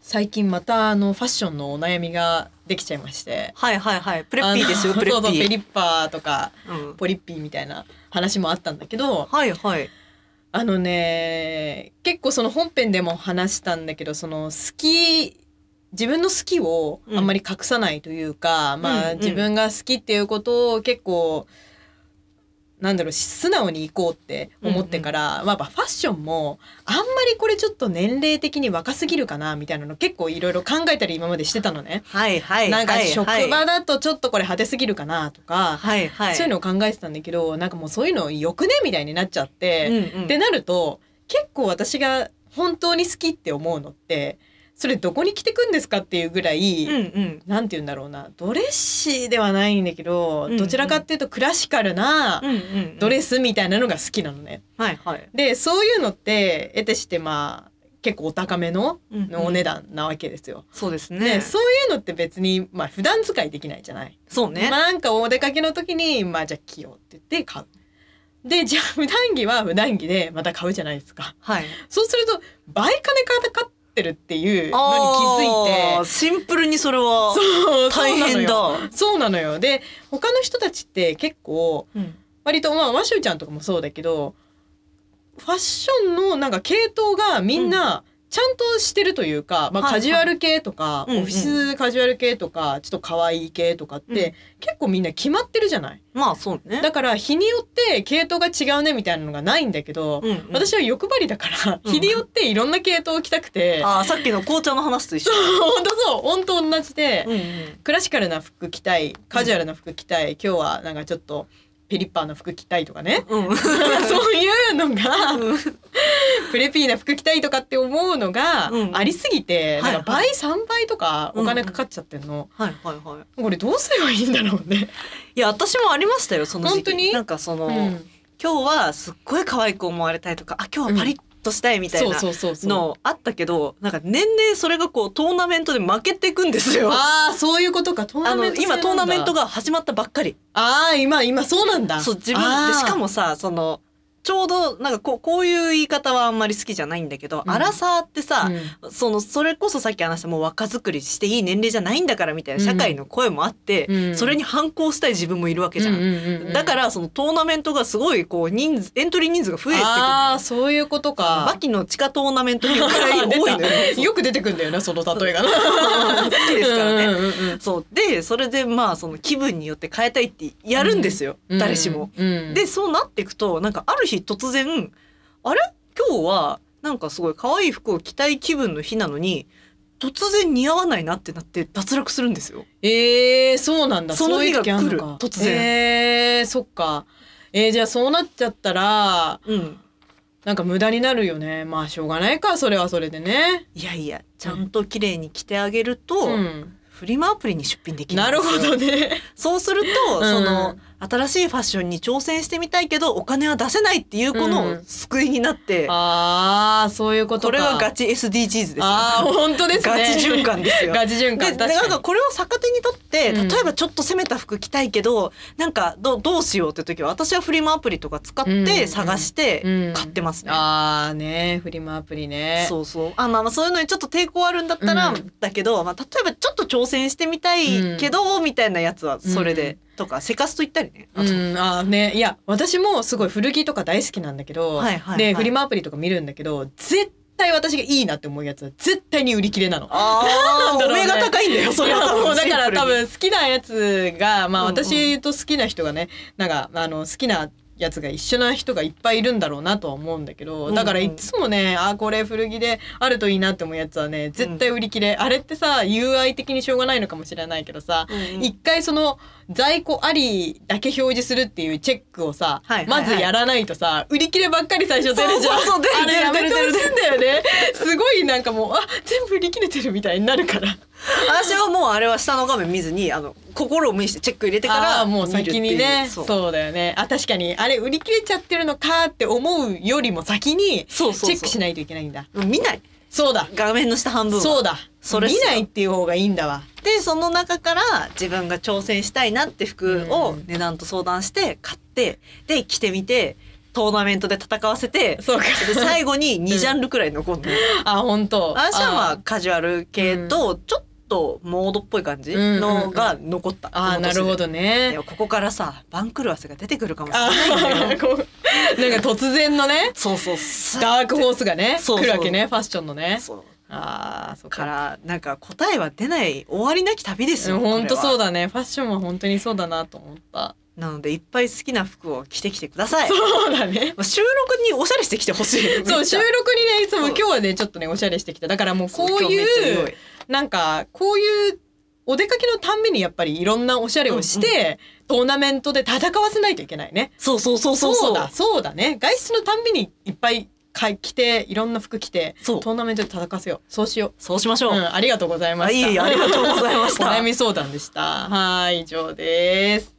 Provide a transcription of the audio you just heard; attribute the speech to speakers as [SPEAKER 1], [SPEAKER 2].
[SPEAKER 1] 最近またあのファッションのお悩みができちゃいまして
[SPEAKER 2] はいはいはい。プレッピーですよ、
[SPEAKER 1] あの
[SPEAKER 2] プレ
[SPEAKER 1] そ
[SPEAKER 2] ッ
[SPEAKER 1] うそう
[SPEAKER 2] ピ
[SPEAKER 1] ペ
[SPEAKER 2] ー。
[SPEAKER 1] リッパーとか
[SPEAKER 2] うん
[SPEAKER 1] ポリッピーみたいな話もあったんだけど
[SPEAKER 2] はいはい。
[SPEAKER 1] あのね結構その本編でも話したんだけどその好き自分の好きをあんまり隠さないというか、ま
[SPEAKER 2] うんう
[SPEAKER 1] あ
[SPEAKER 2] ん
[SPEAKER 1] 自分が好きっていうことを結構なんだろう素直に行こうって思ってから、まあ、やっぱファッションもあんまりこれちょっと年齢的に若すぎるかなみたいなの結構いろいろ考えたり今までしてたのね。
[SPEAKER 2] はいはい。
[SPEAKER 1] なんか
[SPEAKER 2] はい
[SPEAKER 1] 職
[SPEAKER 2] はい
[SPEAKER 1] 場だとちょっとこれ派手すぎるかなとか、
[SPEAKER 2] はいはい。
[SPEAKER 1] そういうのを考えてたんだけどなんかもうそういうのよくねみたいになっちゃって、
[SPEAKER 2] うんうん
[SPEAKER 1] ってなると結構私が本当に好きって思うのってそれどこに着てくんですかっていうぐらい、
[SPEAKER 2] うんうん。
[SPEAKER 1] なんて言うんだろうなドレッシーではないんだけど、
[SPEAKER 2] うんうん
[SPEAKER 1] どちらかっていうとクラシカルな
[SPEAKER 2] うんうん。
[SPEAKER 1] ドレスみたいなのが好きなのね。
[SPEAKER 2] はいはい。
[SPEAKER 1] でそういうのって得てしてまあ結構お高めの
[SPEAKER 2] うんうん
[SPEAKER 1] のお値。段なわけですよ。
[SPEAKER 2] そうです
[SPEAKER 1] で
[SPEAKER 2] ね。
[SPEAKER 1] そういうのって別に、まあ、普段使いできないじゃない。
[SPEAKER 2] そうね
[SPEAKER 1] ま。あなんかお出かけの時に、まあじゃあ着ようって言って買う。で、じゃあ普段着は普段着でまた買うじゃないですか。
[SPEAKER 2] はい。
[SPEAKER 1] そうすると、倍金かかってるっていうのに気づ
[SPEAKER 2] あー
[SPEAKER 1] いて、
[SPEAKER 2] シンプルにそれは
[SPEAKER 1] そう、
[SPEAKER 2] 大変
[SPEAKER 1] そうなのよ。
[SPEAKER 2] だ。
[SPEAKER 1] そうなのよ。で、他の人たちって結構、
[SPEAKER 2] うん
[SPEAKER 1] 割と、まあ、マシューちゃんとかもそうだけど、ファッションのなんか系統がみんな、ちゃんとしてるというか、まあ、
[SPEAKER 2] はいは
[SPEAKER 1] カ
[SPEAKER 2] い
[SPEAKER 1] ジュアル系とか、
[SPEAKER 2] うんうん
[SPEAKER 1] オフィスカジュアル系とか、ちょっと可愛い系とかって、結構みんな決まってるじゃない
[SPEAKER 2] まあそうね。
[SPEAKER 1] だから日によって系統が違うねみたいなのがないんだけど、
[SPEAKER 2] うんうん
[SPEAKER 1] 私は欲張りだから、
[SPEAKER 2] うん
[SPEAKER 1] 日によっていろんな系統を着たくて、
[SPEAKER 2] あーさっきの紅茶の話と一緒。
[SPEAKER 1] 本当そう本当同じで、
[SPEAKER 2] うんうん
[SPEAKER 1] クラシカルな服着たいカジュアルな服着たい、今日はなんかちょっとペリッパーの服着たいとかね
[SPEAKER 2] う ん。
[SPEAKER 1] そういうのが
[SPEAKER 2] うん
[SPEAKER 1] プレピーな服着たいとかって思うのが
[SPEAKER 2] うん
[SPEAKER 1] ありすぎて、
[SPEAKER 2] はい
[SPEAKER 1] なんか倍3倍とかお金かかっちゃってんの、
[SPEAKER 2] はいはいはい。
[SPEAKER 1] これどうすればいいんだろうね。
[SPEAKER 2] いや私もありましたよその時
[SPEAKER 1] 本
[SPEAKER 2] 期。
[SPEAKER 1] 当に
[SPEAKER 2] なんかその、
[SPEAKER 1] うん
[SPEAKER 2] 今日はすっごい可愛く思われたいとかあ今日はパリッとしたいみたい
[SPEAKER 1] そう
[SPEAKER 2] な
[SPEAKER 1] そうそうそう
[SPEAKER 2] のあったけどなんか年々それがこうトーナメントで負けていくんですよ。あ
[SPEAKER 1] ああそういうことかトーナメ
[SPEAKER 2] の
[SPEAKER 1] ント制
[SPEAKER 2] 今トー
[SPEAKER 1] な
[SPEAKER 2] ナ
[SPEAKER 1] んだ
[SPEAKER 2] メントが始まったばっかり。
[SPEAKER 1] ああ今今そうなんだ
[SPEAKER 2] そう自分
[SPEAKER 1] あ
[SPEAKER 2] で
[SPEAKER 1] ー
[SPEAKER 2] しかもさそのちょうどなんかこうこういう言い方はあんまり好きじゃないんだけど、
[SPEAKER 1] うん
[SPEAKER 2] アラサーってさ、
[SPEAKER 1] うん
[SPEAKER 2] そのそれこそさっき話したもう若作りしていい年齢じゃないんだからみたいな
[SPEAKER 1] うん
[SPEAKER 2] 社会の声もあって、
[SPEAKER 1] うん
[SPEAKER 2] それに反抗したい自分もいるわけじゃ
[SPEAKER 1] うんうんうんうん
[SPEAKER 2] だからそのトーナメントがすごいこう人数エントリー人数が増えてくる
[SPEAKER 1] ああそういうことか
[SPEAKER 2] バキの地下トーナメントにくらい多いのよね
[SPEAKER 1] よく出てくんだよなその例えがな
[SPEAKER 2] 好きですからね、
[SPEAKER 1] うんうんうんうん
[SPEAKER 2] そうでそれでまあその気分によって変えたいってやるんですよ、
[SPEAKER 1] うん
[SPEAKER 2] 誰しも、
[SPEAKER 1] うん
[SPEAKER 2] でそうなっていくとなんかある日突然あれ今日はなんかすごい可愛い服を着たい気分の日なのに突然似合わないなってなって脱落するんですよ。
[SPEAKER 1] えー、そうなんだ
[SPEAKER 2] その日
[SPEAKER 1] そういう
[SPEAKER 2] が
[SPEAKER 1] 時あんのか
[SPEAKER 2] 来る突然
[SPEAKER 1] えー、そっかえー、じゃあそうなっちゃったら
[SPEAKER 2] うん、
[SPEAKER 1] なんか無駄になるよねまあしょうがないかそれはそれでね
[SPEAKER 2] いやいやちゃんと綺麗に着てあげると、
[SPEAKER 1] うん
[SPEAKER 2] フリマアプリに出品できるん
[SPEAKER 1] なる
[SPEAKER 2] です
[SPEAKER 1] ほ
[SPEAKER 2] よ
[SPEAKER 1] どね
[SPEAKER 2] そうすると、
[SPEAKER 1] うん
[SPEAKER 2] その新しいファッションに挑戦してみたいけどお金は出せないっていう子の
[SPEAKER 1] うん
[SPEAKER 2] 救いになって、
[SPEAKER 1] ああそういうことか
[SPEAKER 2] これはガチ SDGs ですよ。
[SPEAKER 1] ああ本当ですね
[SPEAKER 2] ガチ循環ですよ。
[SPEAKER 1] ガチ循
[SPEAKER 2] で
[SPEAKER 1] 環確
[SPEAKER 2] で
[SPEAKER 1] かに
[SPEAKER 2] なんかこれを逆手にとって
[SPEAKER 1] うん
[SPEAKER 2] 例えばちょっと攻めた服着たいけど、なんかどうどうしようって時は私はフリマアプリとか使っ
[SPEAKER 1] うんう
[SPEAKER 2] て
[SPEAKER 1] ん
[SPEAKER 2] 探して買ってますね。
[SPEAKER 1] ああねフリマアプリね
[SPEAKER 2] そうそうあまあまあそういうのにちょっと抵抗あるんだったら、
[SPEAKER 1] うん
[SPEAKER 2] だけど、まあ、例えばちょっと挑戦してみたいけど、みたいなやつはそれで、とかセカスト行ったりね。あと
[SPEAKER 1] ん、あーねいや私もすごい古着とか大好きなんだけど、
[SPEAKER 2] はいはいはい
[SPEAKER 1] でフリマアプリとか見るんだけど絶対私がいいなって思うやつは絶対に売り切れなの。
[SPEAKER 2] あ
[SPEAKER 1] なんだ
[SPEAKER 2] お
[SPEAKER 1] ろうね
[SPEAKER 2] 目が高いんだよ、それは多
[SPEAKER 1] いやも
[SPEAKER 2] 分。
[SPEAKER 1] うだから多
[SPEAKER 2] シン
[SPEAKER 1] 分好きなやつがまあ
[SPEAKER 2] うんうん
[SPEAKER 1] 私と好きな人がね、なんかあの好きなやつが一緒な人がいっぱいいるんだろうなとは思うんだけどだから
[SPEAKER 2] うんうん
[SPEAKER 1] いつもね、あーこれ古着であるといいなって思うやつはね絶対売り切れ、あれってさ友愛的にしょうがないのかもしれないけどさ、
[SPEAKER 2] プルに。
[SPEAKER 1] 一回その在庫ありだけ表示するっていうチェックをさ、
[SPEAKER 2] はいはいはい
[SPEAKER 1] まずやらないとさ売り切ればっかり最初出るじゃん
[SPEAKER 2] そうそうそう出る
[SPEAKER 1] あれ
[SPEAKER 2] 出る
[SPEAKER 1] やめてほ
[SPEAKER 2] 出る
[SPEAKER 1] しいんだよねすごいなんかもうあ全部売り切れてるみたいになるから
[SPEAKER 2] 私はもうあれは下の画面見ずに、あの、心を無にしてチェック入れてから
[SPEAKER 1] あーもう
[SPEAKER 2] 見るってい
[SPEAKER 1] 先にね
[SPEAKER 2] そ
[SPEAKER 1] そう
[SPEAKER 2] う
[SPEAKER 1] だよねあ確かにあれ売り切れちゃってるのかって思うよりも先にチ
[SPEAKER 2] そうそうそう
[SPEAKER 1] ェックしないといけないんだ
[SPEAKER 2] 見ない。
[SPEAKER 1] そうだ
[SPEAKER 2] 画面の下半分は。
[SPEAKER 1] そうだ
[SPEAKER 2] それっす
[SPEAKER 1] 見
[SPEAKER 2] よ
[SPEAKER 1] ないっていう方がいいんだわ
[SPEAKER 2] で、その中から自分が挑戦したいなって服を
[SPEAKER 1] うん
[SPEAKER 2] 値段と相談して買って、で、着てみて、トーナメントで戦わせて
[SPEAKER 1] そうか
[SPEAKER 2] で最後に2ジャンルくらい残るの。
[SPEAKER 1] あ本当
[SPEAKER 2] アンシャンはカジュアル系とちょっとモードっぽい感じのが残った。
[SPEAKER 1] ああーなるほど
[SPEAKER 2] い
[SPEAKER 1] ね
[SPEAKER 2] やここからさ番狂わせが出てくるかもしれ
[SPEAKER 1] あ
[SPEAKER 2] ないんだ
[SPEAKER 1] ー
[SPEAKER 2] よ。
[SPEAKER 1] こうなんか突然のね
[SPEAKER 2] そうそうそう
[SPEAKER 1] ダークホースがね
[SPEAKER 2] そうそう
[SPEAKER 1] 来るわけねファッションのね
[SPEAKER 2] そう
[SPEAKER 1] ああそう
[SPEAKER 2] か
[SPEAKER 1] から
[SPEAKER 2] なんか答えは出ない終わりなき旅ですよ。
[SPEAKER 1] 本当そう
[SPEAKER 2] だ。
[SPEAKER 1] だねファッションは本当にそうだなと思った
[SPEAKER 2] なのでいっぱい好きな服を着てきてください。
[SPEAKER 1] そう だね
[SPEAKER 2] まあ収録におしゃれしてきてほしい。
[SPEAKER 1] そう収録にねいつも
[SPEAKER 2] そう
[SPEAKER 1] 今日はねちょっとねおしゃれしてきただからもうこう
[SPEAKER 2] 今日めっちゃ
[SPEAKER 1] い
[SPEAKER 2] 匂
[SPEAKER 1] うなんかこういうお出かけのたんびにやっぱりいろんなおしゃれをして、トーナメントで戦わせないといけないね
[SPEAKER 2] そうそうそうそう
[SPEAKER 1] そうだそうだね外出のたんびにいっぱい買い着ていろんな服着て
[SPEAKER 2] そ
[SPEAKER 1] ト
[SPEAKER 2] う
[SPEAKER 1] ーナメントで戦わせようそうしよ
[SPEAKER 2] そうしまし
[SPEAKER 1] う、
[SPEAKER 2] ょ
[SPEAKER 1] う
[SPEAKER 2] う。
[SPEAKER 1] ん、ありがとうございま
[SPEAKER 2] あい
[SPEAKER 1] した
[SPEAKER 2] いありがとうございまし
[SPEAKER 1] お
[SPEAKER 2] た
[SPEAKER 1] 悩。み相談でしたはい以上です